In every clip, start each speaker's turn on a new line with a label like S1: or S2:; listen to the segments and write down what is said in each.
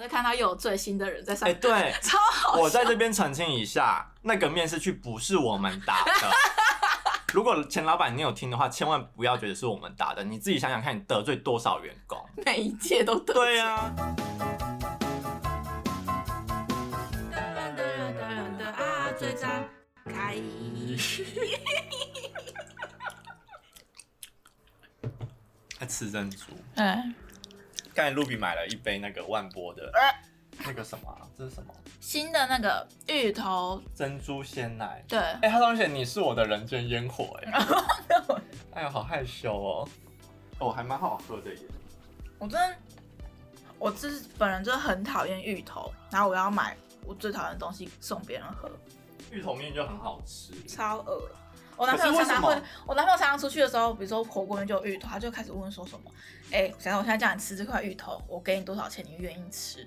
S1: 就看到又有最新的人在上
S2: 哎、
S1: 面，
S2: 对，
S1: 超好
S2: 我在这边澄清一下，那个面试去不是我们打的。如果钱老板你有听的话，千万不要觉得是我们打的，你自己想想看，你得罪多少员工？
S1: 每一届都得。
S2: 对 呀、
S1: 噔噔噔噔噔啊，最张开。
S2: 还吃珍珠。
S1: 嗯，
S2: 刚才露比买了一杯那个万波的，呃那个什么、啊，这是什么？
S1: 新的那个芋头，
S2: 珍珠鲜奶。
S1: 对，
S2: 哎、他上面写你是我的人间烟火、哎，哎呦，好害羞哦。哦，还蛮好喝的耶。
S1: 我真的，我自本人真的很讨厌芋头，然后我要买我最讨厌的东西送别人喝，
S2: 芋头面就很好吃。
S1: 超恶。我男朋友
S2: 可是
S1: 常
S2: 为什
S1: 常
S2: 么
S1: 会，我男朋友常常出去的时候，比如说火锅里面就有芋头，他就开始问说什么，哎、想想我现在叫你吃这块芋头，我给你多少钱，你愿意吃？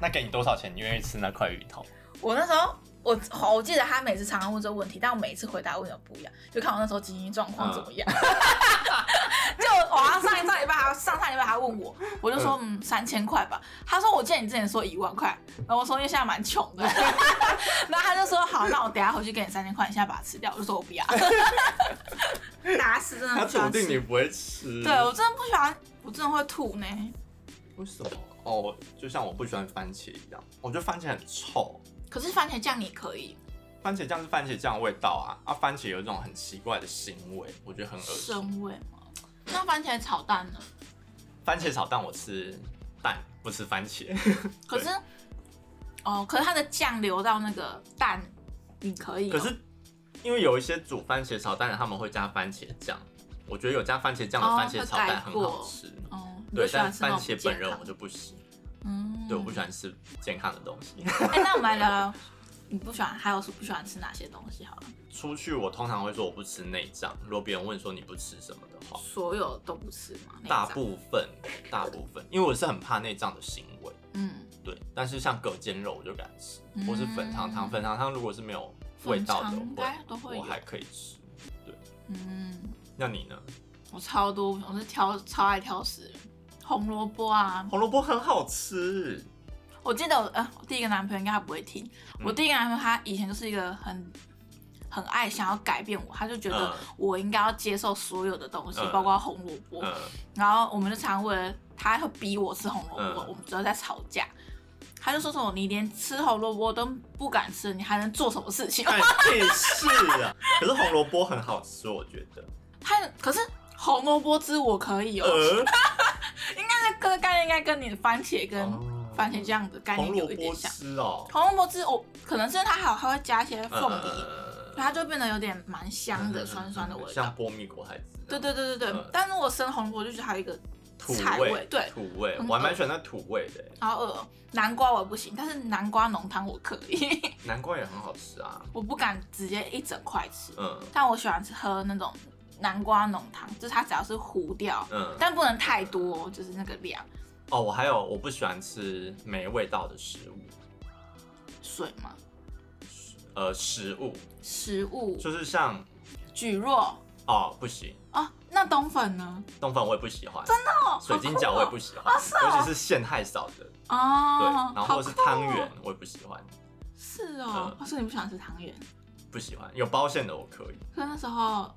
S2: 那给你多少钱？你愿意吃那块芋头？
S1: 我那时候我我记得他每次常常问这个问题，但我每次回答问的不一样，就看我那时候经济状况怎么样。嗯 就我好像上上礼拜还上上礼拜还问我，我就说嗯三千块吧，他说我记得你之前说一万块，然后我说因为现在蛮穷的， 然后他就说好，那我等一下回去给你三千块，你现在把它吃掉，我就说我不要， 打死真的
S2: 他
S1: 不喜
S2: 笃
S1: 欢
S2: 定你
S1: 吃，
S2: 不会吃。
S1: 啊对我真的不喜欢，我真的会吐呢。
S2: 为什么？哦，就像我不喜欢番茄一样，我觉得番茄很臭。
S1: 可是番茄酱你可以，
S2: 番茄酱是番茄酱的味道啊，啊，番茄有一种很奇怪的腥味，我觉得很恶心。
S1: 生味吗？那番茄炒蛋呢？
S2: 番茄炒蛋我吃蛋，不吃番茄。
S1: 可是，哦，可是它的酱流到那个蛋，你可以、
S2: 可是因为有一些煮番茄炒蛋的他们会加番茄酱，我觉得有加番茄酱的
S1: 哦
S2: 番茄炒蛋
S1: 会带
S2: 很
S1: 过
S2: 好吃。
S1: 哦，哦，你
S2: 对
S1: 就，喜欢
S2: 但
S1: 吃那种
S2: 番茄
S1: 不
S2: 本
S1: 健
S2: 人
S1: 康
S2: 我就不行，
S1: 嗯，
S2: 对，我不喜欢吃健康的东西。
S1: 哎、那我们来聊聊，你不喜欢，还有是不喜欢吃哪些东西？好了，
S2: 出去我通常会说我不吃内脏，如果别人问说你不吃什么的话，
S1: 所有都不吃吗？内
S2: 大
S1: 脏，
S2: 部分大部分，因为我是很怕内脏的腥味，
S1: 嗯，
S2: 对。但是像隔间肉我就敢吃，
S1: 嗯
S2: 或是粉肠汤，粉肠汤如果是没有味道的
S1: 粉肠应该都会
S2: 我
S1: 有
S2: 我还可以吃。
S1: 嗯，
S2: 那你呢？
S1: 我超多，我是挑超爱挑食人，红萝卜啊，
S2: 红萝卜很好吃，
S1: 我记得我呃，我第一个男朋友应该他不会听。
S2: 嗯
S1: 我第一个男朋友他以前就是一个很很爱想要改变我，他就觉得
S2: 嗯
S1: 我应该要接受所有的东西，
S2: 嗯
S1: 包括红萝卜。
S2: 嗯，
S1: 然后我们就常为了他会逼我吃红萝卜，
S2: 嗯
S1: 我们主要在吵架。他就说什么你连吃红萝卜都不敢吃，你还能做什么事情？
S2: 干屁事啊！哎可是红萝卜很好吃，我觉得。
S1: 他可是红萝卜汁我可以哦，
S2: 呃，
S1: 那个概念应该跟你的番茄跟
S2: 哦
S1: 番茄酱的概
S2: 红
S1: 念
S2: 萝
S1: 有一点
S2: 卜
S1: 像。
S2: 丝哦，
S1: 红萝卜汁我可能是因为它还有它会加一些凤梨
S2: 呃
S1: 它就变得有点蛮香的，
S2: 嗯
S1: 酸酸的味道
S2: 像。波蜜果还子。
S1: 对对对对对
S2: 嗯，
S1: 但是我生红萝卜就觉得还有一个
S2: 土
S1: 菜
S2: 味，
S1: 对，
S2: 土味，
S1: 嗯
S2: 我还蛮喜欢那土味的欸，
S1: 好恶哦。南瓜我不行，但是南瓜浓汤我可以，
S2: 南瓜也很好吃啊。
S1: 我不敢直接一整块吃，
S2: 嗯
S1: 但我喜欢吃喝那种南瓜浓汤，就是它只要是糊掉，
S2: 嗯，
S1: 但不能太多，就是那个量
S2: 哦，我还有我不喜欢吃没味道的食物，
S1: 水嘛，
S2: 呃，食物
S1: 食物
S2: 就是像
S1: 蒟蒻
S2: 哦不行，
S1: 哦，那冬粉呢？
S2: 冻饭我也不喜欢，真的，
S1: 哦，
S2: 水晶饺我也不喜欢，尤其是陷害少的，
S1: 好酷
S2: 对
S1: 哦，，
S2: 然后或者是汤圆
S1: 好
S2: 嗯
S1: 酷哦，
S2: 我也不喜欢，
S1: 是哦，我说你不喜欢吃汤圆，
S2: 不喜欢，有包馅的我可以。
S1: 可那时候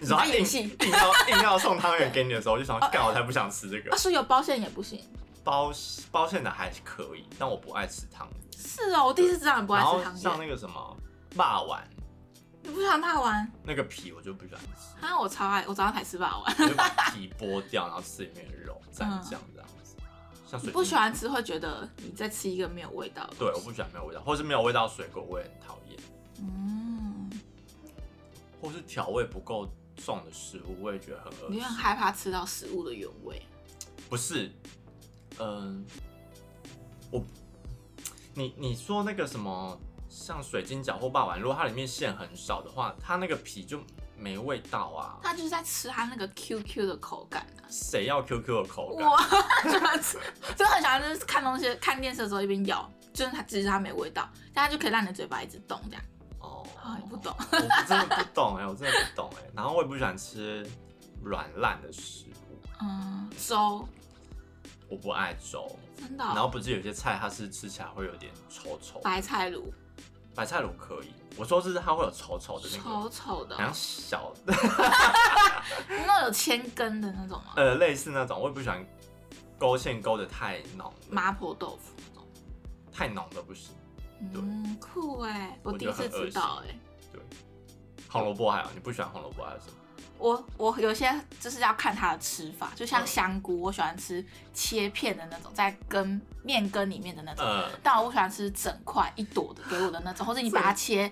S2: 你知道他硬
S1: 你在演戏
S2: 硬要硬要送汤圆给你的时候，我就想
S1: 哦
S2: 干，我才不想吃这
S1: 啊，
S2: 个
S1: 所以有包馅也不行。
S2: 包包馅的还可以，但我不爱吃汤圆。
S1: 是哦，我第一次知道你不爱
S2: 然后
S1: 吃汤
S2: 像
S1: 圆，
S2: 那个什么霸丸，
S1: 你不喜欢霸王？
S2: 那个皮我就不喜欢吃，
S1: 啊，我超爱，我早上才吃霸王。
S2: 我就把皮剥掉，然后吃里面的肉蘸酱这样子。像水
S1: 你
S2: 晶
S1: 不喜？欢吃会觉得你在吃一个没有味道的。
S2: 对，我不喜欢没有味道，或是没有味道的水果我也很讨厌，
S1: 嗯，
S2: 或是调味不够重的食物我也觉得很恶
S1: 你
S2: 心
S1: 会。很害怕吃到食物的原味。
S2: 不是，嗯、我，你你说那个什么，像水晶饺或霸丸，如果它里面馅很少的话，它那个皮就没味道啊。
S1: 那就是在吃它那个 QQ 的口感啊。
S2: 谁要 QQ 的口感？
S1: 我喜欢吃， 就很喜欢就是看东西、看电视的时候一边咬，就是它其实它没味道，但它就可以让你的嘴巴一直动这样。
S2: 哦，
S1: 啊、你不懂，
S2: 我真的不懂哎、我真的不懂哎、然后我也不喜欢吃软烂的食物，
S1: 嗯，粥
S2: 我不爱粥，
S1: 真的
S2: 然后
S1: 哦、
S2: 不是有些菜它是吃起来会有点稠稠，
S1: 白菜卤
S2: 白菜卤可以。我说是它会有稠稠的那
S1: 丑
S2: 个，
S1: 丑的
S2: 好，像小
S1: 那种有千根的那种吗？
S2: 呃类似那种，我也不喜欢勾芡勾的太浓了，
S1: 麻婆豆腐那种，
S2: 太浓的不行。对
S1: 嗯，酷哎，我
S2: 我
S1: 第
S2: 觉
S1: 一
S2: 得
S1: 次
S2: 很恶
S1: 知道哎。
S2: 对，红萝卜还有你不喜欢红萝卜还有什么？
S1: 我我有些就是要看它的吃法，就像
S2: 嗯
S1: 香菇，我喜欢吃切片的那种，在根面根里面的那种。
S2: 呃，
S1: 但我不喜欢吃整块一朵的给我的那种，或者你把它切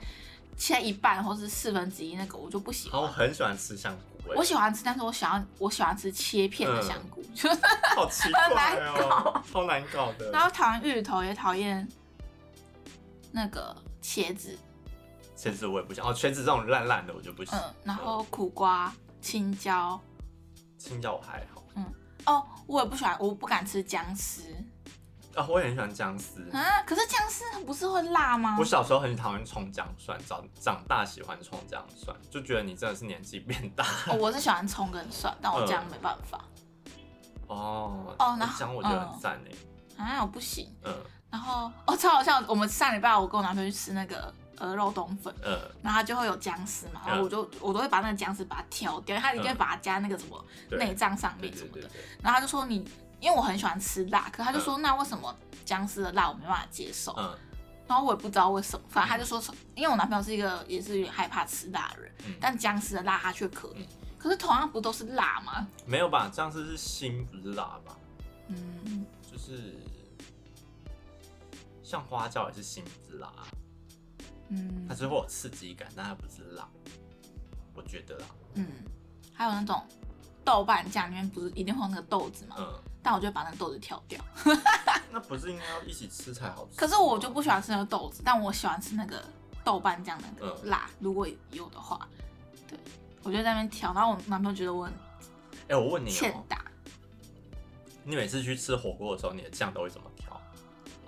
S1: 切一半，或是四分之一那个，我就不喜
S2: 好，我
S1: 欢。
S2: 很喜欢吃香菇、欸，
S1: 我喜欢吃，但是我想要我喜欢吃切片
S2: 嗯
S1: 的香菇，
S2: 好奇怪
S1: 很难
S2: 哦，超难搞的。
S1: 然后讨厌芋头，也讨厌那个茄子，
S2: 茄子我也不想，哦，茄子这种烂烂的我就不行。
S1: 嗯，然后苦瓜、青椒，
S2: 青椒我还好，
S1: 哦，我也不喜欢，我不敢吃姜丝
S2: 啊、我也很喜欢姜丝。
S1: 啊。可是姜丝不是会辣吗
S2: 我？小时候很讨厌葱姜蒜，长长大喜欢葱姜蒜，就觉得你真的是年纪变大
S1: 哦，我是喜欢葱跟蒜，但我
S2: 嗯
S1: 姜没办法、
S2: 哦。
S1: 哦然后
S2: 姜我觉得很赞诶，
S1: 啊，我不行。
S2: 嗯
S1: 然后哦，超好笑，我们上礼拜我跟我男朋友去吃那个鹅肉冬粉。
S2: 呃，
S1: 然后它就会有姜丝嘛，然后我就
S2: 嗯
S1: 我都会把那个姜丝把它挑掉，因为它一定会把它加那个什么
S2: 对
S1: 内脏上
S2: 对
S1: 面什
S2: 对
S1: 么
S2: 对
S1: 的。
S2: 对，
S1: 然后他就说你，因为我很喜欢吃辣，可他就说那为什么姜丝的辣我没办法接受？
S2: 嗯
S1: 然后我也不知道为什么，反正他就说是，因为我男朋友是一个也是有点害怕吃辣的人，
S2: 嗯，
S1: 但姜丝的辣他却可以
S2: 嗯。
S1: 可是同样不都是辣吗？
S2: 没有吧？姜丝是辛不是辣吧？
S1: 嗯，
S2: 就是像花椒也是辛不是辣，啊
S1: 嗯
S2: 它是会有刺激感，但它不是辣，我觉得啦，
S1: 嗯，还有那种豆瓣酱里面不是一定会有那个豆子吗？
S2: 嗯。
S1: 但我就会把那个豆子挑掉。
S2: 那不是应该要一起吃才好吃？
S1: 可是我就不喜欢吃那个豆子，但我喜欢吃那个豆瓣酱那个
S2: 嗯
S1: 辣，如果有的话，对我就在那边挑。然后我男朋友觉得我很
S2: 哎、我问你
S1: 欠
S2: 哦、
S1: 打，
S2: 你每次去吃火锅的时候，你的酱都会怎么调？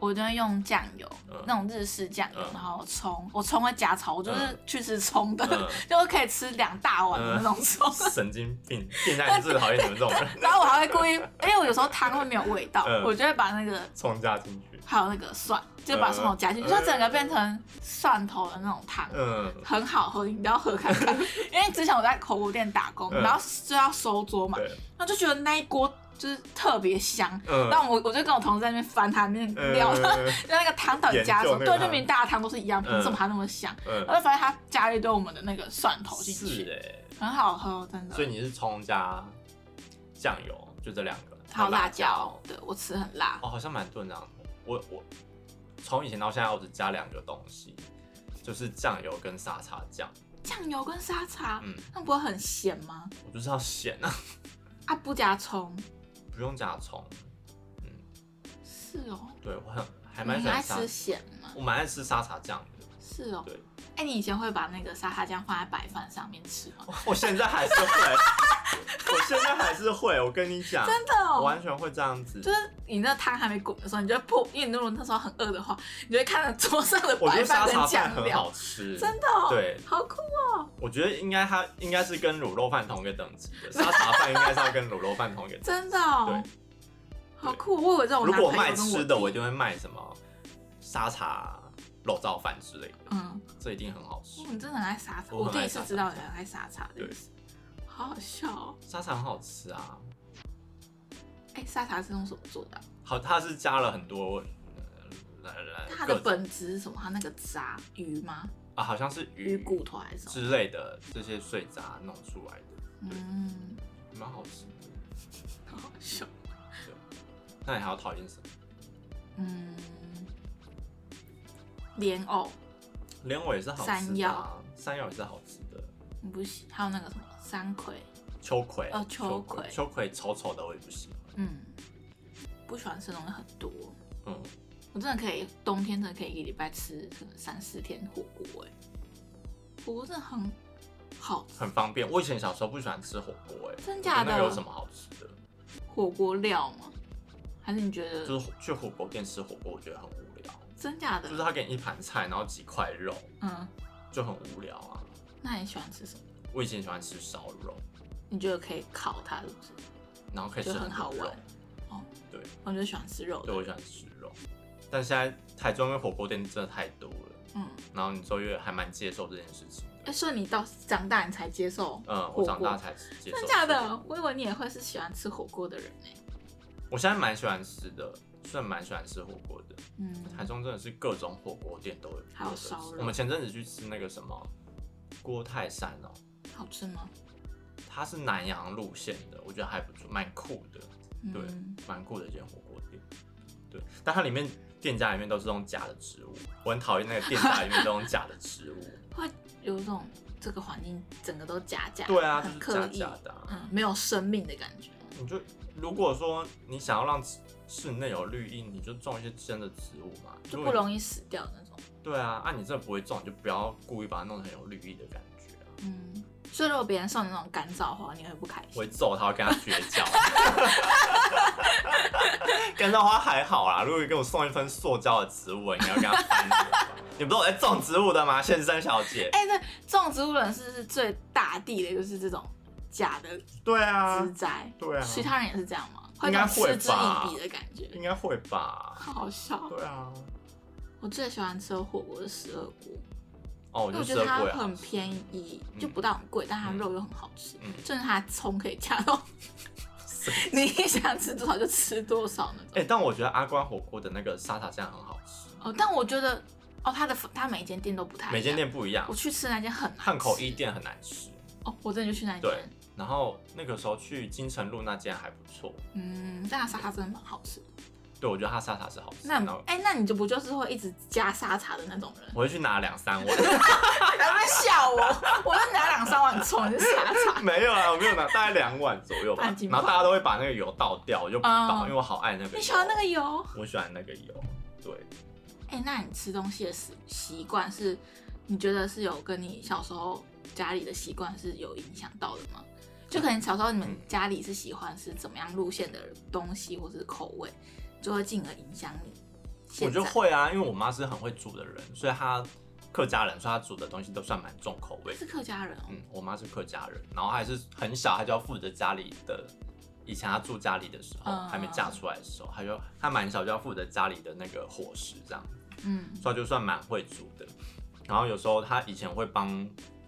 S1: 我就会用酱油，
S2: 嗯
S1: 那种日式酱油，
S2: 嗯
S1: 然后葱，我葱会加葱，我就是
S2: 嗯
S1: 去吃葱的，
S2: 嗯
S1: 就是可以吃两大碗的那种葱。
S2: 神经病！现在最讨厌你们这种人，
S1: 然后我还会故意，因为我有时候汤会没有味道，
S2: 嗯
S1: 我就会把那个
S2: 葱加进去。
S1: 还有那个蒜，就把蒜头加进去，
S2: 嗯
S1: 就整个变成蒜头的那种汤。
S2: 嗯
S1: 很好喝，你都要喝看看。因为之前我在口锅店打工，
S2: 嗯
S1: 然后就要收桌嘛，
S2: 对，
S1: 然后就觉得那一锅就是特别香。
S2: 嗯
S1: 然后我我就跟我同事在那边翻它那个料， 就、
S2: 嗯
S1: 那个汤到底加了什么？
S2: 研究
S1: 对，
S2: 那个
S1: 就明明大家汤都是一样，
S2: 嗯
S1: 凭什么它那么香？
S2: 嗯
S1: 然后就发现它加了一堆我们的那个蒜头进
S2: 是
S1: 去，
S2: 哎、
S1: 很好喝，真的。
S2: 所以你是葱加酱油，就这两个，
S1: 还有嗯辣椒，对我吃很辣，
S2: 哦，好像蛮多人这样。我我从以前到现在，我只加两个东西，就是酱油跟沙茶酱。
S1: 酱油跟沙茶，
S2: 嗯，
S1: 那不会很咸吗？
S2: 我就是要咸啊，
S1: 啊，不加葱，
S2: 不用加葱。嗯，
S1: 是哦。
S2: 对我很还蛮
S1: 你
S2: 喜欢
S1: 爱
S2: 沙
S1: 吃咸吗？
S2: 我蛮爱吃沙茶酱的，
S1: 是哦。
S2: 对，
S1: 哎、你以前会把那个沙茶酱放在白饭上面吃吗？
S2: 我现在还是会，我现在还是会，我跟你 讲，
S1: 真的
S2: 我
S1: 哦，
S2: 完全会这样子
S1: 就，是你那汤还没滚的时候，你就会破，因为你如果那时候很饿的话，你就会看着桌上的
S2: 我觉
S1: 白
S2: 得
S1: 饭
S2: 沙
S1: 跟
S2: 茶饭
S1: 酱
S2: 很
S1: 料
S2: 好，吃，
S1: 真的哦，
S2: 对
S1: 好酷哦。
S2: 我觉得应该它应该是跟卤肉饭同一个等级的，沙茶饭应该是要跟卤肉饭同一个等级。
S1: 真的哦，
S2: 对
S1: 好酷。我以为这种
S2: 如
S1: 男
S2: 果
S1: 朋友
S2: 卖
S1: 跟
S2: 吃的，我一
S1: 弟
S2: 定会卖什么沙茶肉燥饭之类的，
S1: 嗯，
S2: 这一定很好吃
S1: 哦，你真的很爱沙茶，
S2: 我
S1: 我
S2: 很
S1: 第
S2: 爱
S1: 一次
S2: 沙茶
S1: 知道你很爱沙茶这件
S2: 对
S1: 事，好好笑哦。
S2: 沙茶很好吃啊。
S1: 哎、沙茶是用什么做的啊、
S2: 好，它是加了很多，呃呃
S1: 它的
S2: 各种
S1: 本质是什么？它那个杂鱼吗？
S2: 啊，好像是
S1: 鱼
S2: 鱼
S1: 骨头还是什么？
S2: 之类的这些碎渣弄出来的，
S1: 嗯，
S2: 蛮好吃的。
S1: 好好笑。
S2: 那你还要讨厌什么？
S1: 嗯，莲藕，
S2: 莲藕也是好吃
S1: 山
S2: 的、
S1: 药
S2: 啊，山药也是好吃的。
S1: 你不喜，还有那个什么山葵，
S2: 秋葵
S1: 哦秋葵
S2: 葵，秋葵丑丑的我也不喜欢。
S1: 嗯，不喜欢吃的东西很多。
S2: 嗯，
S1: 我真的可以，冬天真的可以一个礼拜吃可能三四天火锅，哎，火锅真的很好，
S2: 很方便。我以前小时候不喜欢吃火锅、哎，
S1: 真假的
S2: 我觉得那个有什么好吃的？
S1: 火锅料吗？还是你觉
S2: 就
S1: 得
S2: 是去火锅店吃火锅，我觉得很无聊。
S1: 真假的
S2: 就是？他给你一盘菜，然后几块肉，
S1: 嗯，
S2: 就很无聊啊。
S1: 那你喜欢吃什么？
S2: 我以前喜欢吃烧肉，
S1: 你觉得可以烤它是不是？
S2: 然后可以
S1: 就
S2: 吃
S1: 很
S2: 多
S1: 好玩
S2: 肉
S1: 哦。
S2: 对，
S1: 我就喜欢吃肉的
S2: 对，我喜欢吃肉，但现在台中因为火锅店真的太多了，
S1: 嗯，
S2: 然后你周月还蛮接受这件事情的。
S1: 哎，所以你到长大你才接受
S2: 嗯，
S1: 火
S2: 我长大
S1: 锅，
S2: 才接受。
S1: 真的假的？？我以为你也会是喜欢吃火锅的人呢。
S2: 我现在蛮喜欢吃的，算蛮喜欢吃火锅的。
S1: 嗯，
S2: 台中真的是各种火锅店都有，
S1: 还有
S2: 都吃
S1: 烧肉
S2: 我们前阵子去吃那个什么郭泰山哦，
S1: 好吃吗？
S2: 它是南洋路线的，我觉得还不错，蛮酷的，对
S1: 嗯，
S2: 蛮酷的一间火锅店。对，但它里面店家里面都是用假的植物，我很讨厌那个店家里面都用假的 植物。
S1: 会有一种这个环境整个都假假，
S2: 对啊，就
S1: 很
S2: 是
S1: 刻
S2: 假
S1: 意，
S2: 假的啊、
S1: 嗯，没有生命的感觉。
S2: 你就如果说你想要让室室内有绿意，你就种一些真的植物嘛，
S1: 就不
S2: 如果你
S1: 容易死掉的那种。
S2: 对啊，啊你真的不会种，你就不要故意把它弄得很有绿意的感觉啊。
S1: 嗯，所以如果别人送你那种干燥花，你会不开
S2: 我会
S1: 心？
S2: 揍他，会跟他绝 交。干燥花还好啊啦，如果给我送一份塑胶的植物，你要跟他翻脸吧。你不知道我在种植物的吗，先生小姐？
S1: 哎、对，种植物人士是最大地的，就是这种假的
S2: 对啊
S1: 植，栽，
S2: 对啊，
S1: 其他人也是这样吗？
S2: 应
S1: 有
S2: 该
S1: 种
S2: 会
S1: 嗤之
S2: 吧
S1: 以鼻的感觉，
S2: 应该会吧？
S1: 好好笑哦。
S2: 对啊，
S1: 我最喜欢吃的火锅是十二锅，
S2: 哦，
S1: 因
S2: 我就
S1: 为我觉
S2: 吃
S1: 得
S2: 了
S1: 它
S2: 贵啊
S1: 很便宜，
S2: 嗯
S1: 就不到很贵，但它肉又很好吃，
S2: 嗯
S1: 就是它葱可以加 到你想吃多少就吃多少那种。
S2: 哎、但我觉得阿关火锅的那个沙茶酱很好吃，
S1: 哦，但我觉得哦，它的它每一间店都不太一样
S2: 每间，店不一样
S1: 哎我。去吃那间很难
S2: 汉口
S1: 吃
S2: 一店很难吃，
S1: 哦，我真的就去那间
S2: 对。然后那个时候去金城路那间还不错，
S1: 嗯，但它沙茶真的蛮好吃的。
S2: 对我觉得它沙茶是好吃。
S1: 那
S2: 然后
S1: 哎、那你就不就是会一直加沙茶的那种 人？
S2: 我会去拿两三碗，
S1: 还在笑我，我就拿两三碗葱，你是沙茶。
S2: 没有啊，我没有拿，大概两碗左右吧
S1: 半。斤吧
S2: 然后大家都会把那个油倒掉，我就不倒，
S1: 嗯
S2: 因为我好爱那个油。
S1: 你喜欢那个油？
S2: 我喜欢那个油，对，
S1: 哎、那你吃东西的习习惯是，你觉得是有跟你小时候家里的习惯是有影响到的吗？就可能小时候你们家里是喜欢是怎么样路线的东西或是口味，就会进而影响你
S2: 我
S1: 现在。
S2: 觉得会啊，因为我妈是很会煮的人，所以她客家人，所以她煮的东西都算蛮重口味的
S1: 是客家人哦、
S2: 嗯，我妈是客家人，然后还是很小，她就要负责家里的。以前她住家里的时候，
S1: 嗯
S2: 还没嫁出来的时候，她就她蛮小就要负责家里的那个伙食，这样，
S1: 嗯，
S2: 所以她就算蛮会煮的。然后有时候她以前会帮，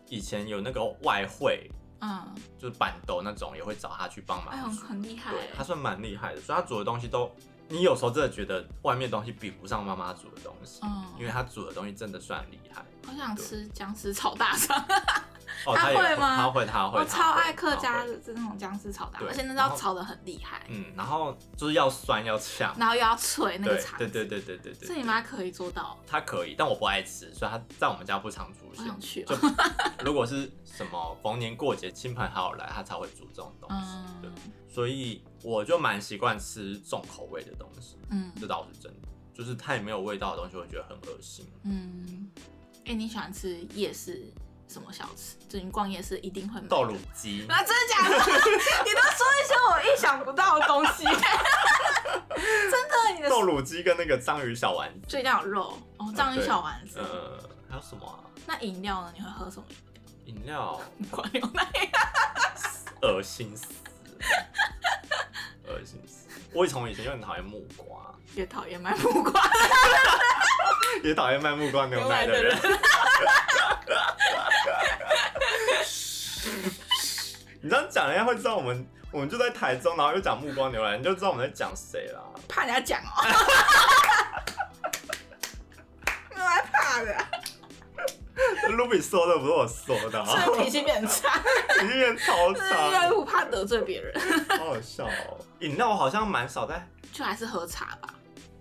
S2: 以前有那个外汇，
S1: 嗯，
S2: 就是板豆那种，也会找她去帮
S1: 哎，
S2: 忙
S1: 很
S2: 煮。
S1: 很厉害、
S2: 对，她算蛮厉害的，所以她煮的东西都，你有时候真的觉得外面东西比不上妈妈煮的东西，
S1: 嗯，
S2: 因为她煮的东西真的算厉害。
S1: 好想吃僵尸炒大肠，
S2: 哦，
S1: 她
S2: 她也
S1: 会吗
S2: 她会，她会。
S1: 我超
S2: 她会
S1: 爱客
S2: 她
S1: 家
S2: 会
S1: 的这种僵尸炒大肠，
S2: 对
S1: 而且那
S2: 然
S1: 道
S2: 后
S1: 炒的很厉害，
S2: 嗯，然后就是要酸要呛，
S1: 然后又要脆那个
S2: 对
S1: 肠，
S2: 对对，对对对对，
S1: 是你妈可以做到，
S2: 她可以，但我不爱吃，所以她在我们家不常出
S1: 我想去
S2: 现。
S1: 哦。
S2: 就如果是什么逢年过节亲朋好友来，她才会煮这种东西。对
S1: 嗯，
S2: 所以我就蛮习惯吃重口味的东西，
S1: 嗯
S2: 这倒是真的。就是太没有味道的东西，我会觉得很恶心。
S1: 嗯，哎，你喜欢吃夜市什么小吃？就你逛夜市一定会买
S2: 豆乳鸡，
S1: 啊，真的假的？ 你都说一些我意想不到的东西， 真的，你的
S2: 豆乳鸡跟那个章鱼小丸子，
S1: 最一定要有肉哦，章鱼
S2: 对
S1: 小丸子。
S2: 呃，还有什么啊？
S1: 那饮料呢？你会喝什么饮料？
S2: 饮料，
S1: 罐牛奶。
S2: 恶心死了，恶心死了！我从以前就很讨厌木瓜，
S1: 也讨厌卖木瓜的
S2: 也讨厌卖木瓜牛奶的人。 你这样讲，人家会知道我们，我们就在台中，然后又讲木瓜牛奶，你就知道我们在讲谁啦。
S1: 怕人家讲 哦。没有在怕的、啊，
S2: Ruby 说的不是我说的啊，
S1: 所以脾气变 差，
S2: 你这边 超
S1: 就是因为
S2: 差，
S1: 不怕得罪别人，
S2: 好好笑哦。饮料我好像蛮少在，
S1: 就还是喝茶吧。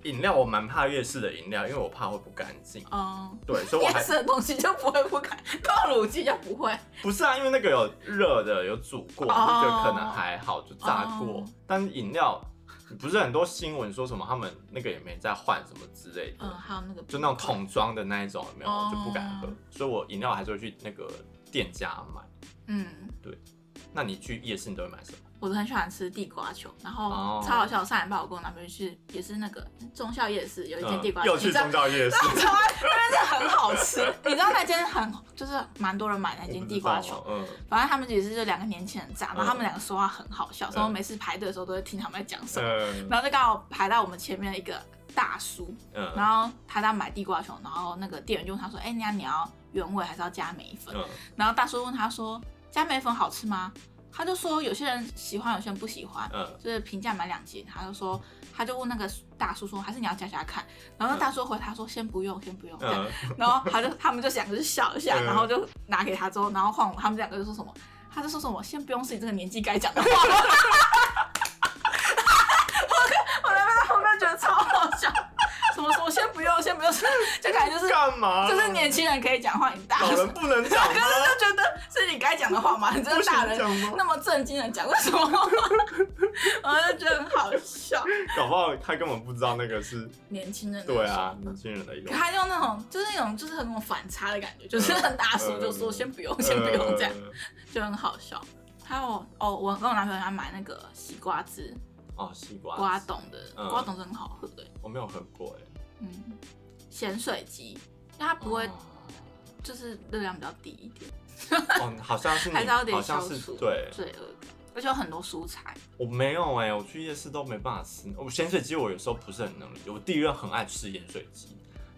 S2: 饮料我蛮怕夜市的饮料，因为我怕会不干净。
S1: 嗯，
S2: 对，所以我
S1: 夜
S2: 还
S1: 市的东西就不会不敢，倒乳剂就不会。
S2: 不是啊，因为那个有热的，有煮过，就
S1: 哦
S2: 觉得可能还好，就炸过。
S1: 哦
S2: 但饮料，不是很多新闻说什么他们那个也没在换什么之类的，
S1: 嗯，还有那个
S2: 就那种桶装的那一种，有没有、
S1: 哦
S2: 就不敢喝，所以我饮料还是会去那个店家买。
S1: 嗯，
S2: 那你去夜市你都会买什么？
S1: 我我很喜欢吃地瓜球，然后
S2: 哦
S1: 超好笑。上礼拜我跟我男朋友去，也是那个忠孝夜市有一间地瓜
S2: 嗯
S1: 球，
S2: 又去
S1: 你知道
S2: 宗教夜市，
S1: 超那边是很好吃，你知道那间很就是蛮多人买那 间地瓜球。
S2: 我 不知道，
S1: 反正他们也是就两个年轻人炸，然后
S2: 嗯
S1: 他们两个说话很好笑，所以我
S2: 嗯
S1: 每次排队的时候都会听他们在讲什么。
S2: 嗯
S1: 然后就刚好排到我们前面的一个大叔，
S2: 嗯
S1: 然后他在买地瓜球，然后那个店员就问他说：“哎、那你要原味还是要加梅粉？”
S2: 嗯
S1: 然后大叔问他说：“加梅粉好吃吗？”他就说：“有些人喜欢，有些人不喜欢。”
S2: 嗯
S1: 就是评价蛮两极，他就说，他就问那个大叔说，还是你要加加看？然后那大叔回他说，先不用，先不用。这样
S2: 嗯，
S1: 然后他就他们就两个就笑一下，
S2: 嗯
S1: 然后就拿给他之后，然后换我，他们两个就说什么，他就说什么，先不用是你这个年纪该讲的话。我 我那边在后面觉得超好笑，什么什么先不用，先不用，就感觉就是
S2: 干嘛？
S1: 就是年轻人可以讲话，你大
S2: 老
S1: 人
S2: 人不能讲 吗？
S1: 就觉得是你该讲的话吗？你这
S2: 不
S1: 个
S2: 行
S1: 大人
S2: 讲吗
S1: 那么震惊的讲，为什么？ 我就觉得很好笑。
S2: 搞不好他根本不知道那 个是
S1: 年轻人的
S2: 对
S1: 时
S2: 啊
S1: 候，
S2: 年轻人的一种
S1: 可。他用那种就是那种就是很那种反差的感觉，就是很大叔就说
S2: 嗯
S1: 先不用，先不用这样，
S2: 呃
S1: 就很好笑。还有哦，我跟我男朋友他买那个西瓜汁，
S2: 哦，西瓜
S1: 瓜冻的
S2: 嗯
S1: 瓜冻真的很好喝的，
S2: 我没有喝过哎，
S1: 嗯，咸水鸡，因为它不会
S2: 哦
S1: 就是热量比较低一点，
S2: 哦，好像是你
S1: 还是要有
S2: 好
S1: 点消
S2: 像是
S1: 除
S2: 对，
S1: 罪恶感，而且有很多蔬菜，
S2: 我没有哎、我去夜市都没办法吃。我咸水鸡我有时候不是很能理解，我弟任很爱吃盐水鸡，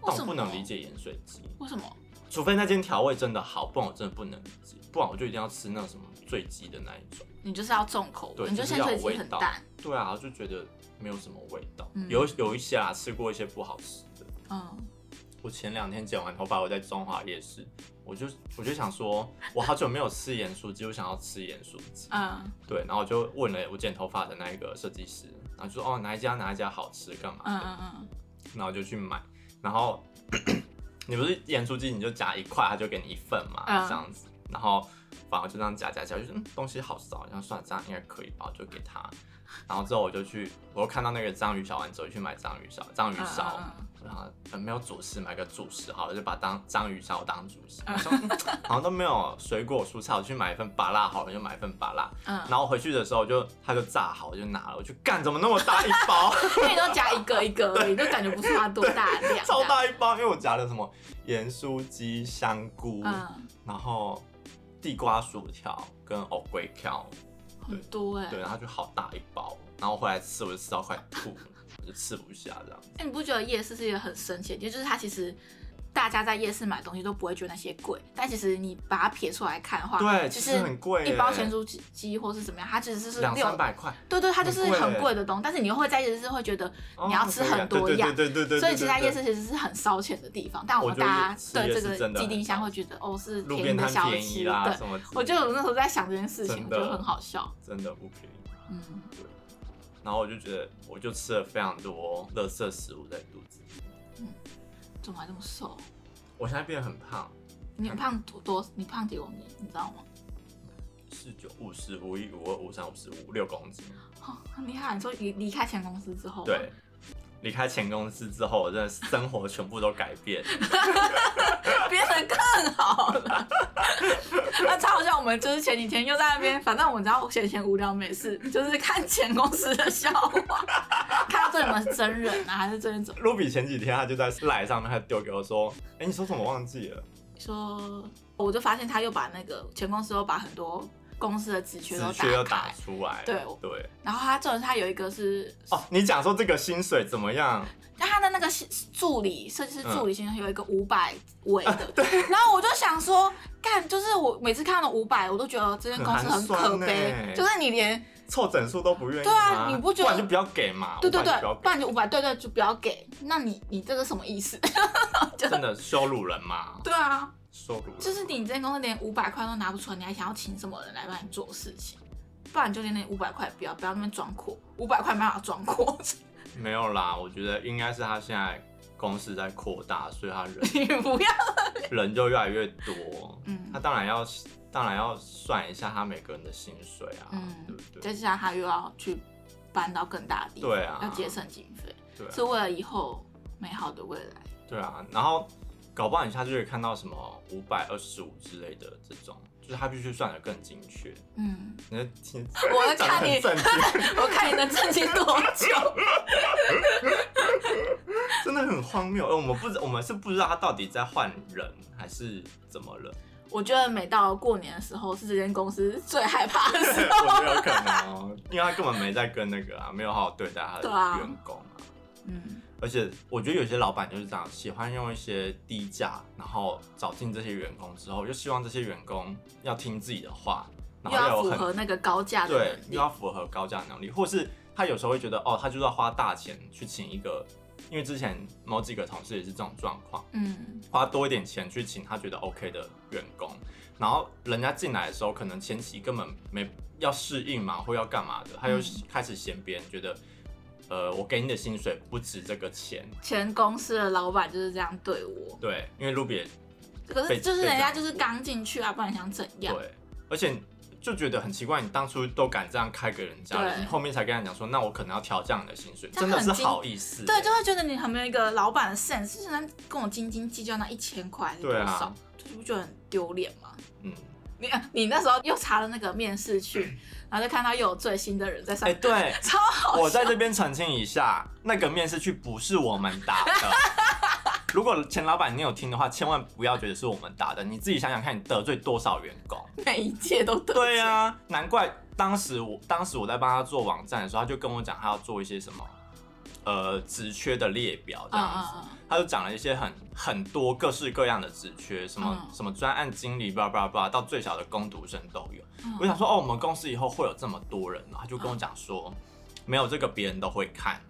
S2: 但我不能理解盐水鸡，
S1: 为什么？
S2: 除非那间调味真的好，不然我真的不能理解，不然我就一定要吃那种什么醉鸡的那一种。
S1: 你就是要重口味，
S2: 对，
S1: 你就
S2: 就是
S1: 先
S2: 要
S1: 对
S2: 有
S1: 自己
S2: 味
S1: 很
S2: 道
S1: 淡。。
S2: 对啊，就觉得没有什么味道。
S1: 嗯
S2: 有有一些啊，吃过一些不好吃的。
S1: 嗯，
S2: 我前两天剪完头发，我在中华夜市，我就我就想说，我好久没有吃盐酥鸡，我想要吃盐酥鸡。
S1: 嗯
S2: 对，然后我就问了我剪头发的那一个设计师，然后就说哦哪一家哪一家好吃干嘛
S1: 嗯嗯
S2: 然后就去买，然后 你不是盐酥鸡你就夹一块，他就给你一份嘛，
S1: 嗯
S2: 这样子，然后反而就这样夹夹夹，就是、嗯、东西好少，然后算了这样应该可以吧，我就给他。然后之后我就去，我又看到那个章鱼小丸子，我就去买章鱼烧，章鱼
S1: 嗯，
S2: 烧，然后、呃没有主食，买个主食好了，就把当章鱼烧当主食。我说嗯好像都没有水果蔬菜，我去买一份芭辣好了，就买一份芭辣。
S1: 嗯，
S2: 然后回去的时候就他就炸好，我就拿了，我就干怎么那么大一包？
S1: 因为你都夹一个一个而已，就感觉不是它多大量。
S2: 超。大一包，因为我夹了什么盐酥鸡、香菇，
S1: 嗯，
S2: 然后地瓜薯条跟藕桂条，
S1: 很多哎。
S2: 对，
S1: 哎，
S2: 然后就好大一包，然后回来吃我就吃到快吐 了，我就吃不下这样。
S1: 你不觉得夜市是一个很神奇的地方？就是它其实大家在夜市买东西都不会觉得那些贵，但其实你把它撇出来看的话，
S2: 对，
S1: 就
S2: 其
S1: 是
S2: 实很贵耶，
S1: 一包咸酥鸡或是怎么样，它其实是
S2: 两三
S1: 六。
S2: 百块，
S1: 对对，它就是
S2: 很贵
S1: 很贵的东西，但是你又会在夜市会觉得你要吃很多样
S2: 哦对对对对对对对，
S1: 所以其实它
S2: 对
S1: 夜市其实是很烧钱的地方，但我们
S2: 我觉得
S1: 大家
S2: 吃
S1: 对
S2: 夜
S1: 这
S2: 市
S1: 个
S2: 真的
S1: 既
S2: 很
S1: 定印象
S2: 好
S1: 会觉得哦是
S2: 路
S1: 便宜
S2: 边
S1: 的
S2: 摊
S1: 小
S2: 便宜
S1: 吃，
S2: 啦，
S1: 对。
S2: 什么之类的，
S1: 我就有那时候在想这件事情，
S2: 真
S1: 我
S2: 的
S1: 觉得很好笑。
S2: 真的不便宜。
S1: 嗯，
S2: 然后我就觉得，我就吃了非常多垃圾食物在肚子里，
S1: 怎么还这么瘦？
S2: 我现在变得很胖，
S1: 你胖多多，你胖几公斤，你知道吗？
S2: 四九五十五一五二五三五四五六公斤。
S1: 哦，很厉害！你说离离开前公司之后，
S2: 对，，离开前公司之后，我真的生活全部都改变。
S1: 变得更好了。 那超好笑，我们就是前几天又在那边，反正我们只要闲闲无聊没事，就是看前公司的笑话， 看到这里们真人啊，还是真人怎么
S2: 卢比前几天他就在赖上面，他丢给我说：“哎、你说什么忘记了
S1: 说？我就发现他又把那个前公司又把很多公司的职？”缺
S2: 直
S1: 都
S2: 缺又
S1: 打
S2: 打
S1: 开，
S2: 出来。
S1: 对
S2: 对
S1: 然后他重点是他有一个是
S2: 哦，你讲说这个薪水怎么样？
S1: 但他的那个助理设计师助理先生有一个五百尾的、 然后我就想说，干，就是我每次看到五百，我都觉得这间公司很可
S2: 很寒酸
S1: 悲，
S2: 欸
S1: 就是你连
S2: 凑整数都不愿意
S1: 对啊
S2: 吗
S1: 你不觉
S2: 不
S1: 得
S2: 然就不要给嘛？
S1: 对对
S2: 不
S1: 对
S2: 然啊就，
S1: 不
S2: 不要
S1: 然就五百，对对就不要给，那你你这个什么意思？
S2: 给， 真的羞辱人嘛？
S1: 对啊，
S2: 羞辱人，
S1: 就是你这间公司连五百块都拿不出来，你还想要请什么人来帮你做事情？不然你就连那五百块不要，不要那边装阔，五百块没办法装阔，
S2: 没有啦。我觉得应该是他现在公司在扩大，所以他人
S1: 你不要，
S2: 人就越来越多。
S1: 嗯
S2: 他当然要当然要算一下他每个人的薪水啊，
S1: 嗯
S2: 对不对？
S1: 再加上他又要去搬到更大的地方，
S2: 对啊
S1: 要节省经费。
S2: 对啊
S1: 是为了以后美好的未来。
S2: 对啊，然后搞不好你下次就会看到什么五百二十五之类的这种，就就是它必须算的更精确。
S1: 嗯，
S2: 你的天，
S1: 我要
S2: 长得
S1: 看你
S2: 很震惊，
S1: 我看你能震惊多久。
S2: 真的很荒谬。呃我们不知，我们是不知道他到底在换人还是怎么 了，
S1: 我觉得每到过年的时候，是这间公司最害怕的 时候。
S2: 我觉得有可能哦，因为他根本没在跟那个啊，没有好好对待他的
S1: 对啊
S2: 员工啊。
S1: 嗯，
S2: 而且我觉得有些老板就是这样，喜欢用一些低价，然后找进这些员工之后，又希望这些员工要听自己的话，然
S1: 又
S2: 后
S1: 要
S2: 有
S1: 符
S2: 很
S1: 合那个高价的
S2: 对，
S1: 能
S2: 又
S1: 力。
S2: 要符合高价能力，或是他有时候会觉得哦，他就是要花大钱去请一个，因为之前某几个同事也是这种状况，
S1: 嗯，
S2: 花多一点钱去请他觉得 OK 的员工，然后人家进来的时候，可能前期根本没要适应嘛，或要干嘛的，他又
S1: 嗯
S2: 开始嫌别人觉得，呃，我给你的薪水不值这个钱，
S1: 前公司的老板就是这样对我，
S2: 对，因为 Ruby 也
S1: 可是
S2: 被
S1: 就是
S2: 被
S1: 人
S2: 打
S1: 家就是刚进去啊，不然想怎样？
S2: 对，而且就觉得很奇怪，你当初都敢这样开给人家了，
S1: 对
S2: 你后面才跟他讲说，那我可能要调降你的薪水，
S1: 这
S2: 真
S1: 样
S2: 的
S1: 很
S2: 是
S1: 精
S2: 好意思欸、
S1: 对，就会觉得你很没有一个老板的 sense，就是能跟我斤斤计较那一千块是多
S2: 对啊
S1: 少，就是不觉得很丢脸吗？
S2: 嗯，
S1: 你你那时候又查了那个面试去，然后就看到又有最新的人在上
S2: 哎、
S1: 面，
S2: 对，
S1: 超好笑。
S2: 我在这边澄清一下，那个面试去不是我们打的。 如果钱老板你有听的话，千万不要觉得是我们打的，你自己想想看，你得罪多少员 工？
S1: 每一届都得
S2: 对啊呀、难怪当时我当时我在帮他做网站的时候，他就跟我讲他要做一些什么，呃，职缺的列表这
S1: 嗯，
S2: 样子。
S1: 嗯嗯
S2: 他就讲了一些很很多各式各样的职缺，什么、
S1: 嗯
S2: 什么专案经理，叭叭叭，到最小的工读生都有。
S1: 嗯
S2: 我想说，哦，我们公司以后会有这么多人哦，他就跟我讲说，没有这个别人都会看，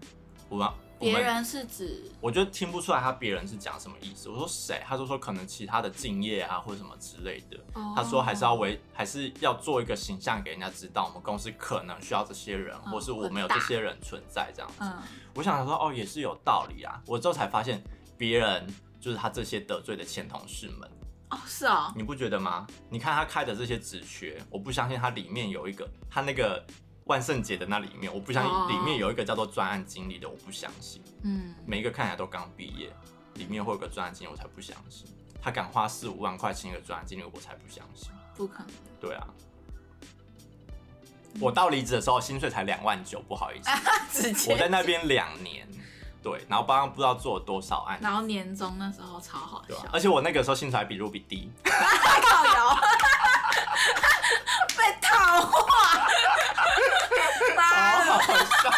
S2: 我们我
S1: 别
S2: 们
S1: 人是指
S2: 我就听不出来他别人是讲什么意思。我说谁？他就说可能其他的敬业啊或者什么之类的。他说还是
S1: 哦
S2: 要维，还是要做一个形象给人家知道，我们公司可能需要这些人，
S1: 嗯
S2: 或是我
S1: 我
S2: 们有
S1: 大
S2: 这些人存在这样子。
S1: 嗯
S2: 我想说，哦，也是有道理啊。我之后才发现，别人就是他这些得罪的前同事们，
S1: 哦是哦，
S2: 你不觉得吗？你看他开的这些职缺，我不相信他里面有一个他那个万圣节的那里面，我不相
S1: 哦
S2: 信里面有一个叫做专案经理的，我不相信。
S1: 嗯，
S2: 每一个看起来都刚毕业，里面会有个专案经理，我才不相信。他敢花四五万块请一个专案经理，我才不相信。
S1: 不可能。
S2: 对啊，我到离职的时候薪水才两万九，不好意思。
S1: 直接
S2: 我在那边两年，对，然后帮他不知道做了多少案，
S1: 然后年终那时候超好
S2: 对吧、
S1: 笑，
S2: 而且我那个时候薪水还比 Ruby 低，
S1: 靠摇， 被套话，妈的！
S2: ，Oh，好好笑。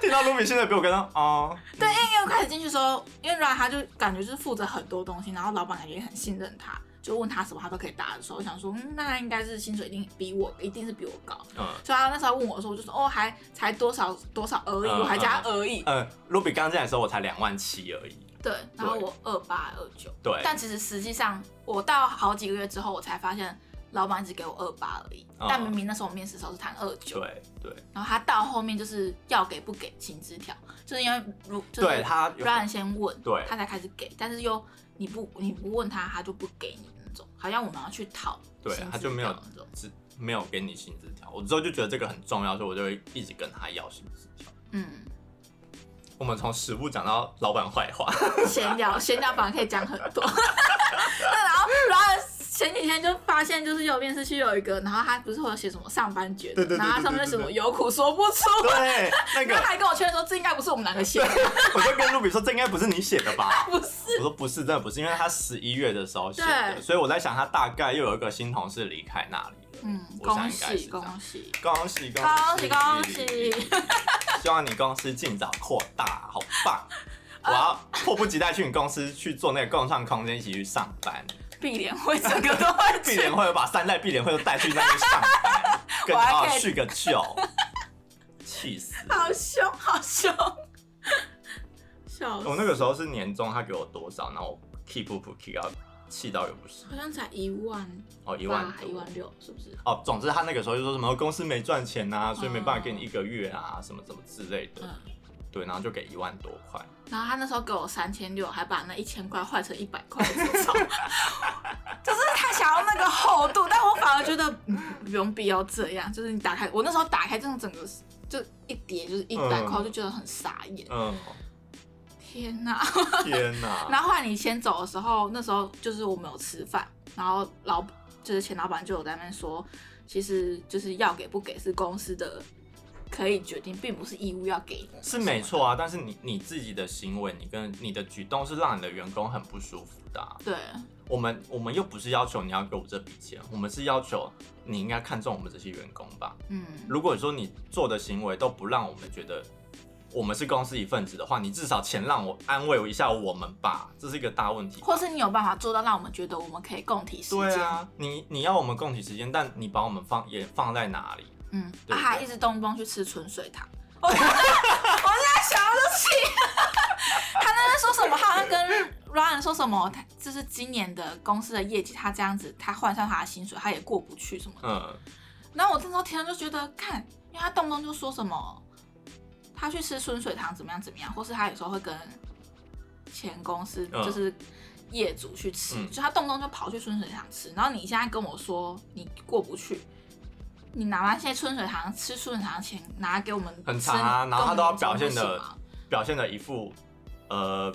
S2: 听到 Ruby 现在比我跟他哦，
S1: 对，因为因为我开始进去的时候，因为 Ryan 他就感觉就是负责很多东西，然后老板感觉也很信任他，就问他什么他都可以答的时候，我想说，嗯，那应该是薪水一定比我一定是比我高，
S2: 嗯
S1: 所以他那时候问我的时候，我就说，哦，还才多少多少而已，
S2: 嗯
S1: 我还加而已，
S2: 嗯，Ruby 刚进来的时候我才两万七而已，
S1: 对，然后我二八二九，
S2: 对，
S1: 但其实实际上我到好几个月之后，我才发现老板只给我二八而已，
S2: 嗯
S1: 但明明那时候我面试的时候是谈二九，
S2: 对对
S1: 然后他到后面就是要给不给请支条，就是因为如就是
S2: 对，他
S1: 不
S2: 有
S1: 然先问，
S2: 对
S1: 他才开始给，但是又你不你不问他，他就不给你那种，好像我们要去讨薪
S2: 对
S1: 资条那种，
S2: 他就没有只没有给你薪资条，我之后就觉得这个很重要，所以我就会一直跟他要薪资条。
S1: 嗯，
S2: 我们从食物讲到老板坏话，
S1: 闲聊闲聊反而可以讲很多， 对，然后然后前几天就发现就是有面试区有一个，然后他不是会有写什么上班觉
S2: 对
S1: 得，
S2: 对对
S1: 然后他上面
S2: 对对
S1: 什么
S2: 对
S1: 有苦说不出，
S2: 对，
S1: 他
S2: 那个
S1: 还跟我确认说这应该不是我们两个写 的，
S2: 我就跟 Ruby 说，这应该不是你写的吧？
S1: 不是，
S2: 我说不是，真的不是，因为他十一月的时候写的，
S1: 对
S2: 所以我在想他大概又有一个新同事离开那里了。
S1: 嗯，
S2: 我想
S1: 恭
S2: 应该是
S1: 喜
S2: 这样
S1: 恭喜。
S2: 恭喜恭喜
S1: 恭喜恭！
S2: 希望你公司尽早扩大，好棒！
S1: 呃
S2: 我要迫不及待去你公司去做那个共创空间，一起去上班。
S1: 碧莲会整个都会
S2: 碧
S1: 去
S2: 莲会把三代碧莲会都带去那边上 班，跟
S1: 我还
S2: 他
S1: 可以
S2: 叙个旧，气死！
S1: 好凶，好凶，笑死！
S2: 我哦那个时候是年终，他给我多少，然后我 keep 不 keep 到气到也不行，
S1: 好像才一万
S2: 哦，一万
S1: 八，
S2: 多，
S1: 一万六，是不是？
S2: 哦，总之他那个时候就说什么公司没赚钱呐、所以没办法给你一个月啊，什么什么之类的。
S1: 嗯。
S2: 对，然后就给一万多块。
S1: 然后他那时候给我三千六，还把那一千块换成一百块这 种，就是他想要那个厚度，但我反而觉得嗯不用必要这样。就是你打开，我那时候打开这种整个就一叠就是一百块，
S2: 嗯
S1: 我就觉得很傻眼。
S2: 嗯，
S1: 天哪！
S2: 天哪！
S1: 然后后来你先走的时候，那时候就是我们有吃饭，然后老就是前老板就有在那边说，其实就是要给不给是公司的可以决定，并不是义务要给的。
S2: 是没错啊，但是你你自己的行为，你跟你的举动是让你的员工很不舒服的啊、
S1: 对，
S2: 我们我们又不是要求你要给我这笔钱，我们是要求你应该看重我们这些员工吧。
S1: 嗯，
S2: 如果说你做的行为都不让我们觉得我们是公司一份子的话，你至少钱让我安慰一下我们吧，这是一个大问题吧。
S1: 或是你有办法做到让我们觉得我们可以共体时
S2: 对
S1: 间。
S2: 啊，你你要我们共体时间，但你把我们放也放在哪里？
S1: 嗯，啊、
S2: 对对
S1: 还一直动不动去吃纯水 糖，我真的，我真的想不起。他那边说什么？他好像跟 Ryan 说什么？他就是今年的公司的业绩，他这样子，他换算他的薪水，他也过不去什么的。
S2: 嗯，
S1: 然后我那时候听了就觉得，看，因为他动不动就说什么，他去吃春水堂怎么样怎么样，或是他有时候会跟前公司
S2: 嗯
S1: 就是业主去吃，
S2: 嗯
S1: 就他动不动就跑去春水堂吃。然后你现在跟我说你过不去，你拿完现在春水堂吃春水堂的钱拿给我们
S2: 很
S1: 吃
S2: 长啊然后
S1: 跟我
S2: 他
S1: 们
S2: 都要
S1: 讲
S2: 表现
S1: 不行
S2: 得
S1: 吗
S2: 表现的一副呃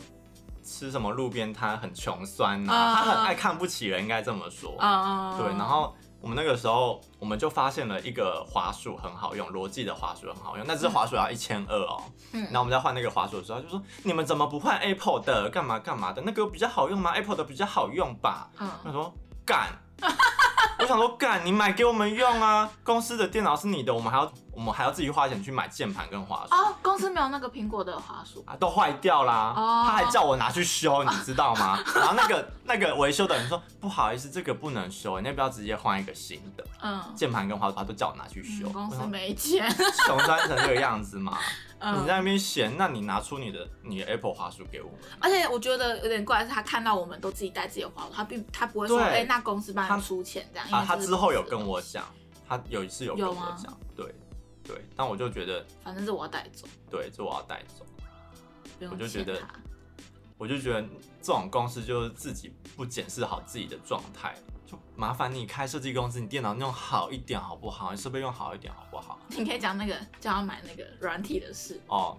S2: 吃什么路边摊很穷酸呐、
S1: 啊
S2: 他很爱看不起人，应该这么说。
S1: 嗯，
S2: 对，然后我们那个时候我们就发现了一个滑鼠很好用，罗技的滑鼠很好用，那只滑鼠要一千二哦。
S1: 嗯
S2: 然后我们在换那个滑鼠的时候，他就说你们怎么不换 Apple 的？干嘛干嘛的？那个比较好用吗？Apple 的比较好用吧？他
S1: 嗯，
S2: 说干， 我想说干，你买给我们用啊！公司的电脑是你的，我们还要我们还要自己花钱去买键盘跟滑鼠。
S1: 哦，公司没有那个苹果的滑鼠，
S2: 啊，都坏掉啦
S1: 哦
S2: 他还叫我拿去修，你知道吗？ 然后那个那个维修的人说，不好意思，这个不能修，你要不要直接换一个新的？
S1: 嗯，
S2: 键盘跟滑鼠他都叫我拿去修，
S1: 嗯公司
S2: 我
S1: 没钱，
S2: 想穷酸成这个样子嘛？
S1: 嗯
S2: 你在那边嫌，那你拿出你的你的 Apple 滑鼠给我们，
S1: 而且我觉得有点怪，是他看到我们都自己带自己的花，他并他不会说，
S2: 对
S1: 哎、那公司帮
S2: 他
S1: 哎你出钱这样。因为
S2: 啊，他
S1: 这是
S2: 之后有
S1: 公司的
S2: 跟我讲，他有一次有跟
S1: 有
S2: 我
S1: 吗
S2: 讲，对对，但我就觉得
S1: 反正是我要带走，
S2: 对，这我要带走，
S1: 不用
S2: 我就
S1: 欠
S2: 觉得
S1: 他
S2: 我就觉得这种公司就是自己不检视好自己的状态，就麻烦你开设计公司，你电脑弄好一点好不好？你设备用好一点好不好？
S1: 你可以讲那个叫他买那个软体的事，
S2: 哦，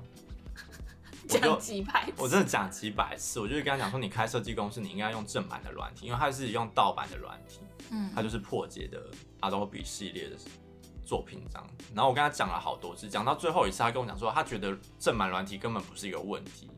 S2: 我
S1: 讲
S2: 就
S1: 几百次。
S2: 我真的讲几百次，我就是跟他讲说，你开设计公司，你应该用正版的软体，因为他是用盗版的软体，
S1: 嗯
S2: 它就是破解的 Adobe 系列的作品这样子。然后我跟他讲了好多次，讲到最后一次，他跟我讲说，他觉得正版软体根本不是一个问题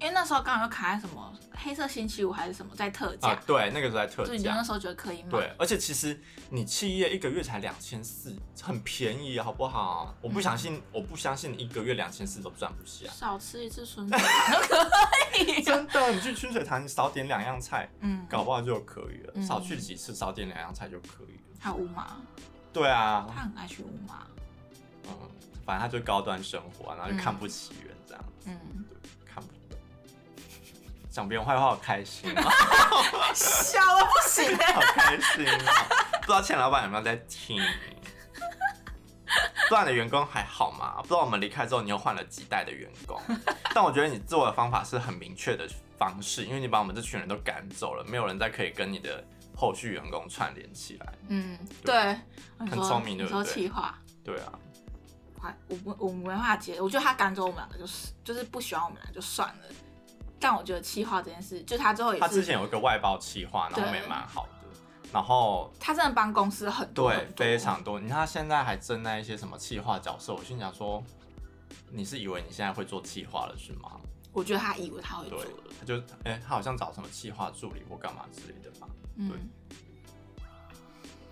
S1: 因为那时候刚好又卡在什么黑色星期五还是什么在特价，
S2: 啊。对，那个时候在特
S1: 所以你就
S2: 价
S1: 那。时候觉得可以买。
S2: 对，而且其实你企业一个月才两千四，很便宜，啊好不好？我不相信，我不相信你一个月两千四都赚不下。
S1: 少吃一次春卷可以。
S2: 真的，你去清水堂，你少点两样菜，
S1: 嗯，
S2: 搞不好就可以了。
S1: 嗯
S2: 少去几次，少点两样菜就可以了。
S1: 还有乌马，
S2: 对啊，
S1: 他很爱去乌马。
S2: 嗯，反正他就高端生活啊，然后就看
S1: 嗯
S2: 不起人这样，
S1: 嗯，
S2: 看不懂。讲别人坏话好开心啊，
S1: 笑的不行哎、
S2: 好开心啊！不知道钱老板有没有在听？不知道你的员工还好吗？不知道我们离开之后，你又换了几代的员工。但我觉得你做的方法是很明确的方式，因为你把我们这群人都赶走了，没有人再可以跟你的后续员工串联起来。
S1: 嗯，对，很
S2: 聪明
S1: 你
S2: 对不
S1: 说
S2: 对
S1: 气话。
S2: 对啊，
S1: 还我不我没办法接，我觉得他赶走我们两个就是就是不喜欢我们俩就算了，但我觉得气化这件事，就他最后也
S2: 他
S1: 是
S2: 之前有一个外包企划，然后
S1: 对
S2: 也蛮好的，然后
S1: 他真的帮公司很多
S2: 对
S1: 很多
S2: 非常多。你看他现在还正在一些什么企划角色，我心想说，你是以为你现在会做企划了是吗？
S1: 我觉得他以为他会
S2: 对
S1: 做，
S2: 他就哎、他好像找什么企划助理或干嘛之类的吧，对
S1: 嗯，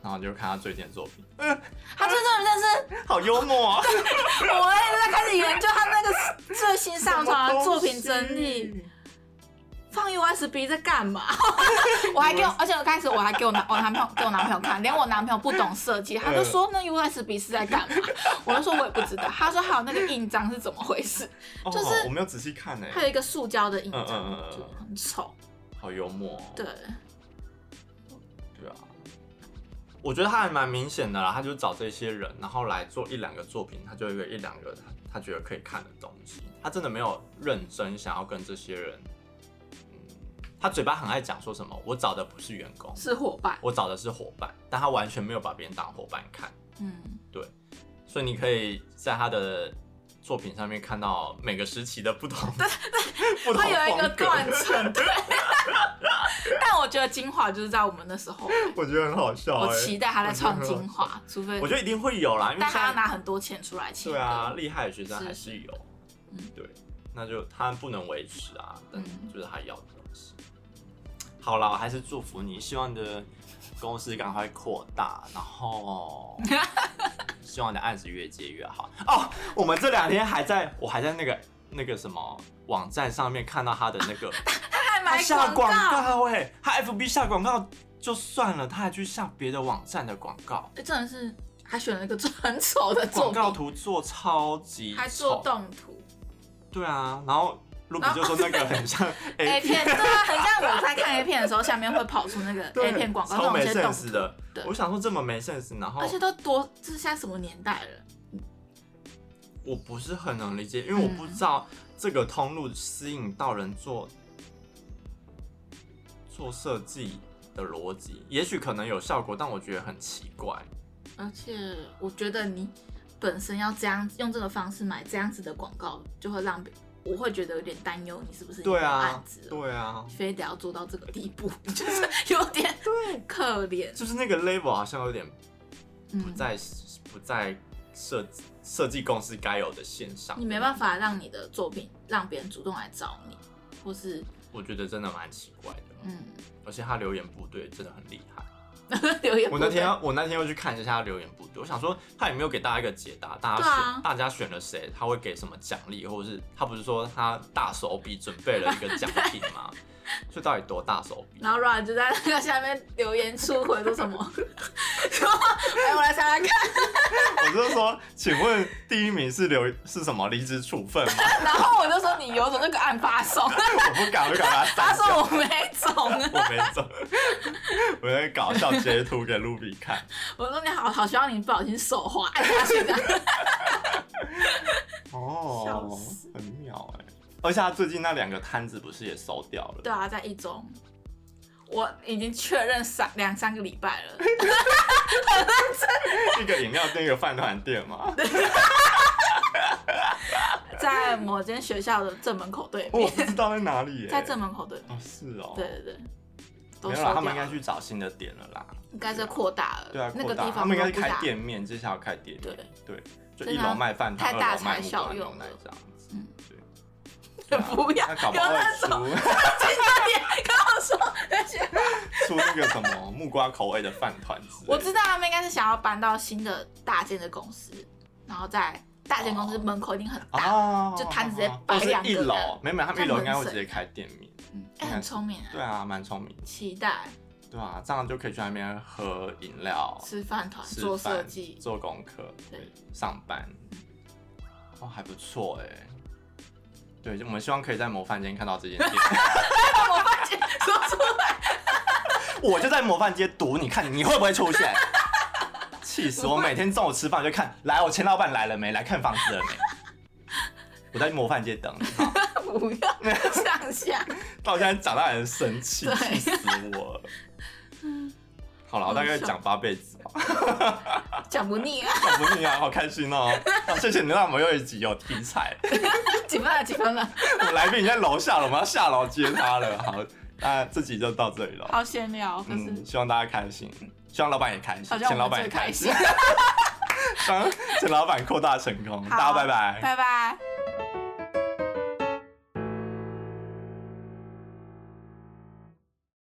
S2: 然后你就看他最近的作品，
S1: 他真的真 的
S2: 好幽默、 啊，
S1: 是，我也在开始研究他那个最新上传的作品整理，。放 USB 在干嘛？ 我还给我，而且我开始我还给我男我男朋友给我男朋友看，连我男朋友不懂设计，他就说那 USB 是在干嘛？ 我就说我也不知道，他说还有那个印章是怎么回事？
S2: 就
S1: 就是
S2: 是哦我没有仔细看呢、
S1: 还有一个塑胶的印章，
S2: 嗯嗯嗯嗯嗯
S1: 就很丑。
S2: 好幽默、哦。
S1: 对，
S2: 对啊，我觉得他还蛮明显的啦，他就找这些人，然后来做一两个作品，他就有一个一两个他他觉得可以看的东西，他真的没有认真想要跟这些人，嗯，他嘴巴很爱讲说什么，我找的不是员工，
S1: 是伙伴。
S2: 我找的是伙伴，但他完全没有把别人当伙伴看，
S1: 嗯，
S2: 所以你可以在他的。作品上面看到每个时 期的不同，不同
S1: 会有一个
S2: 风格
S1: 断层，对。但我觉得个精华就是在我们那时候，
S2: 我觉得很 好笑、欸。
S1: 我期待他在创精华，除非
S2: 我觉得一定会有啦，因为
S1: 但
S2: 现
S1: 他要
S2: 在
S1: 拿很多钱出来请
S2: 对
S1: 歌。
S2: 啊，厉害的学生
S1: 是
S2: 还是有，
S1: 嗯
S2: 对，那就他不能维持啊，但
S1: 嗯
S2: 就是他要的东西。好啦，我还是祝福你，希望你的公司赶快扩大，然后希望你的案子越接越好。哦，我们这两天还在，我还在那个那个什么网站上面看到他的那个。
S1: 他还
S2: 他
S1: 买
S2: 下
S1: 广
S2: 广，告哎、他 FB 下广告就算了，他还去下别的网站的广告，
S1: 哎真的是还选了一个很丑的作
S2: 广告
S1: 品，
S2: 图做超级
S1: 还做
S2: 丑，
S1: 动图。
S2: 对啊，然后露比
S1: 然后
S2: 就说那个很像 哎
S1: A
S2: A
S1: 片，对啊，很像我在看 A 片的时候，下面会跑出那个
S2: 对
S1: A 片广告那
S2: 超
S1: 种
S2: 没
S1: 一些动
S2: sense
S1: 图，
S2: 的
S1: 对。
S2: 我想说这么没 sense，然后
S1: 而且都多，这是现在什么年代了？
S2: 我不是很能理解，因为我不
S1: 嗯
S2: 知道这个通路吸引到人做做设计的逻辑，也许可能有效果，但我觉得很奇怪。
S1: 而且我觉得你本身要这样用这个方式买这样子的广告，就会让别我会觉得有点担忧，你是不是
S2: 对
S1: 有
S2: 啊
S1: 案子，了？
S2: 对啊，
S1: 非得要做到这个地步， 就是有点
S2: 对，
S1: 可怜。
S2: 就是那个 level 好像有点不
S1: 嗯，
S2: 在不在设设计公司该有的线上。
S1: 你没办法让你的作品让别人主动来找你，或是
S2: 我觉得真的蛮奇怪的。
S1: 嗯，
S2: 而且他留言部队真的很厉害。
S1: 留言
S2: 我
S1: 不
S2: 那
S1: 对。
S2: 天啊要我那天又去看一下他留言部队，我想说他有没有给大家一个解答，大家
S1: 对
S2: 选、
S1: 啊
S2: 大家选了谁，他会给什么奖励，或者是他不是说他大手笔准备了一个奖品吗？所以到底多大手笔？
S1: 然后 Ryan 就在那个下面留言处回说什么， 说哎，我来猜猜看。
S2: 我就说，请问第一名是留是什么离职处分吗？
S1: 然后我就说你有种就给按发送，
S2: 我不敢，我敢把
S1: 他说我没种啊。
S2: 我没走， 我在搞笑截图给露比看。
S1: 我说你好好，希望你不小心手滑哎按下去的。笑
S2: 哦
S1: 死，
S2: 很妙哎、而且他最近那两个摊子不是也收掉了？
S1: 对啊，在一中，我已经确认三两三个礼拜 了。啊
S2: 一个饮料店，一个饭团店嘛。
S1: 在某间学校的正门口对
S2: 我
S1: 面，
S2: 不知道在哪里、欸。
S1: 在正门口对面。
S2: 哦，是哦。
S1: 对。对对，都
S2: 没有
S1: 收
S2: 啦，
S1: 掉
S2: 他们应该
S1: 了
S2: 去找新的点了啦。
S1: 应该在扩大了，
S2: 对啊，
S1: 那
S2: 扩
S1: 个
S2: 大
S1: 地
S2: 他
S1: 方
S2: 们应该
S1: 都
S2: 是
S1: 不
S2: 开
S1: 大，
S2: 店面，接下来开店面。
S1: 对，
S2: 对就
S1: 真
S2: 一
S1: 的啊
S2: 楼卖饭团，
S1: 太
S2: 二
S1: 大
S2: 楼卖
S1: 材
S2: 木
S1: 效
S2: 瓜牛
S1: 用
S2: 奶
S1: 了
S2: 这样子。
S1: 嗯
S2: 对。 对啊
S1: 不要
S2: 他搞不
S1: 有
S2: 好
S1: 那种
S2: 会出
S1: 跟我说那些，
S2: 出那个什么木瓜口味的饭团之类的。
S1: 我知道他们应该是想要搬到新的大间的公司，然后在大间公司门口一定很大，
S2: 哦，
S1: 就摊子直接摆
S2: 哦是
S1: 两个
S2: 一
S1: 人
S2: 楼，没有没有，他们一楼应该会直
S1: 这
S2: 接开店面。
S1: 嗯，哎，很聪明啊，
S2: 对啊，蛮聪明的，
S1: 期待
S2: 对啊，这样就可以去那边喝饮料、
S1: 吃饭团
S2: 吃
S1: 啊做
S2: 饭
S1: 设计，
S2: 做功课、
S1: 对
S2: 对，上班，哦，还不错哎。对，就我们希望可以在模范街看到这件事。
S1: 我发现说出来，
S2: 我就在模范街堵你，看你会不会出现。气死我！每天中午吃饭就看，来，我前老板来了没？来看房子了没？我在模范街等你。好
S1: 不要上 下，
S2: 到现在长大还很生气，
S1: 对
S2: 气死我了。好了，我大概讲八辈子吧。
S1: 讲不腻啊，
S2: 好不腻啊，好开心哦！好谢谢你让我们又一集有题材。
S1: 几分了几分啊了，
S2: 我们 来宾已经在楼下了，我们要下楼接 他了。好，那这集就到这里了。
S1: 好闲聊，可是
S2: 嗯，希望大家开心，希望老板也开心，
S1: 好像
S2: 钱
S1: 我
S2: 老
S1: 们
S2: 板也
S1: 最开
S2: 开
S1: 心
S2: 心，，希望钱老板扩大成功。
S1: 好
S2: 大家拜拜。
S1: 拜拜。